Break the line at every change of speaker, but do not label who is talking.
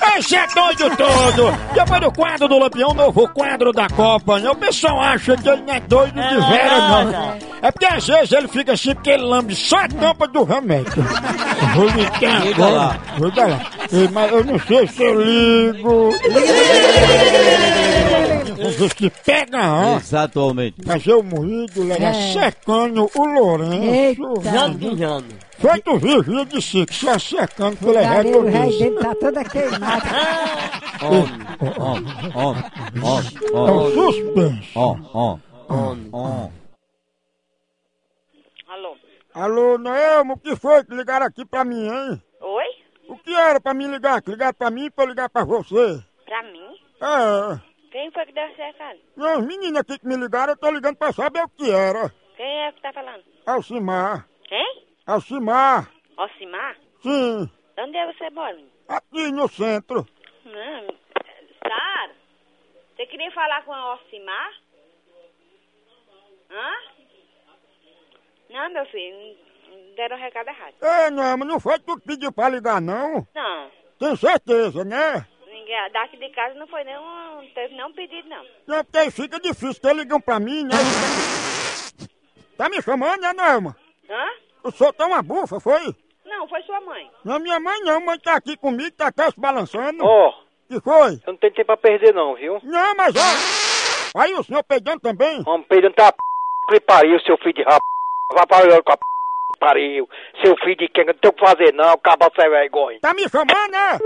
Vai ser é doido todo! Depois do quadro do Lampião, novo quadro da Copa, né? O pessoal acha que ele não é doido de
É
vera, não.
nada.
É porque às vezes ele fica assim porque ele lambe só a tampa do remédio. Vou ligar
Liga
agora.
lá.
Vou dar lá. Ei, Mas eu não sei se eu ligo. Tem gente que pega, ó.
Exatamente.
Fazer o moído, levar
É.
secando o Lourenço.
Eita. Jambijando.
Foi do Virgílio de Sico, só secando pelo
Daria o rei
Lourenço.
dele tá toda queimada.
Homem, homem, homem,
É
homem,
um suspense.
homem, homem,
Homem.
homem.
Alô?
Alô, Noelmo, o que foi que ligaram aqui pra mim, hein?
Oi?
O que era pra me ligar? Que ligaram pra mim e pra eu ligar pra você?
Pra mim?
É,
Quem foi que deu esse recado?
não, as meninas aqui que me ligaram, eu tô ligando pra saber o que era.
Quem é que tá falando?
Alcimar,
Hein?
Alcimar,
Ocimar?
sim,
Onde é você mora? menino?
aqui no centro.
Não, é, Sara? Você queria falar com a Ocimar? Hã? Não, meu filho, não- deram o recado errado.
Ei, Noelmo, É, não foi tu que pediu pra ligar, não?
Não,
Tem certeza, né?
ninguém, daqui de casa não foi nenhum, não teve nenhum pedido, não.
Não, porque aí fica difícil, que ligam pra mim, né? Tá me chamando, né, Noelmo?
Hã?
O senhor tá uma bufa, foi?
Não, foi sua mãe.
Não, minha mãe não, mãe tá aqui comigo, tá cá se balançando.
Ó,
Que foi?
eu não tenho tempo pra perder não, viu?
Não, mas ó. Aí o senhor peidando também?
Homem peidando tá p... que pariu, seu filho de rap... Vai pra lá com a p... que pariu. Seu filho
é?
de quem? Não tem o que fazer não, acaba sem vergonha.
Tá me chamando, né?